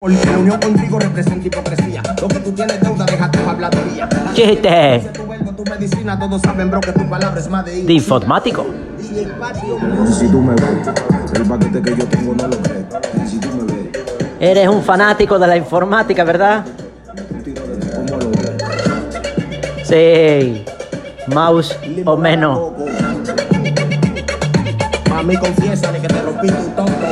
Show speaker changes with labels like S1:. S1: Porque la unión contigo representa hipocresía. Lo que tú tienes deuda, deja tu habladuría.
S2: Chiste.
S1: Tu verbo, tu medicina, todos saben, bro, que tu palabra es más de
S2: este De informático.
S1: Y el patio.
S3: Si tú me ves, el paquete que yo tengo no lo crees. Si tú me ves,
S2: Eres un fanático de la informática, ¿verdad?
S3: un tiro de ti, ¿cómo lo ves?
S2: Sí. Mouse o menos.
S1: Mami, confiésale que te rompí tu tonto.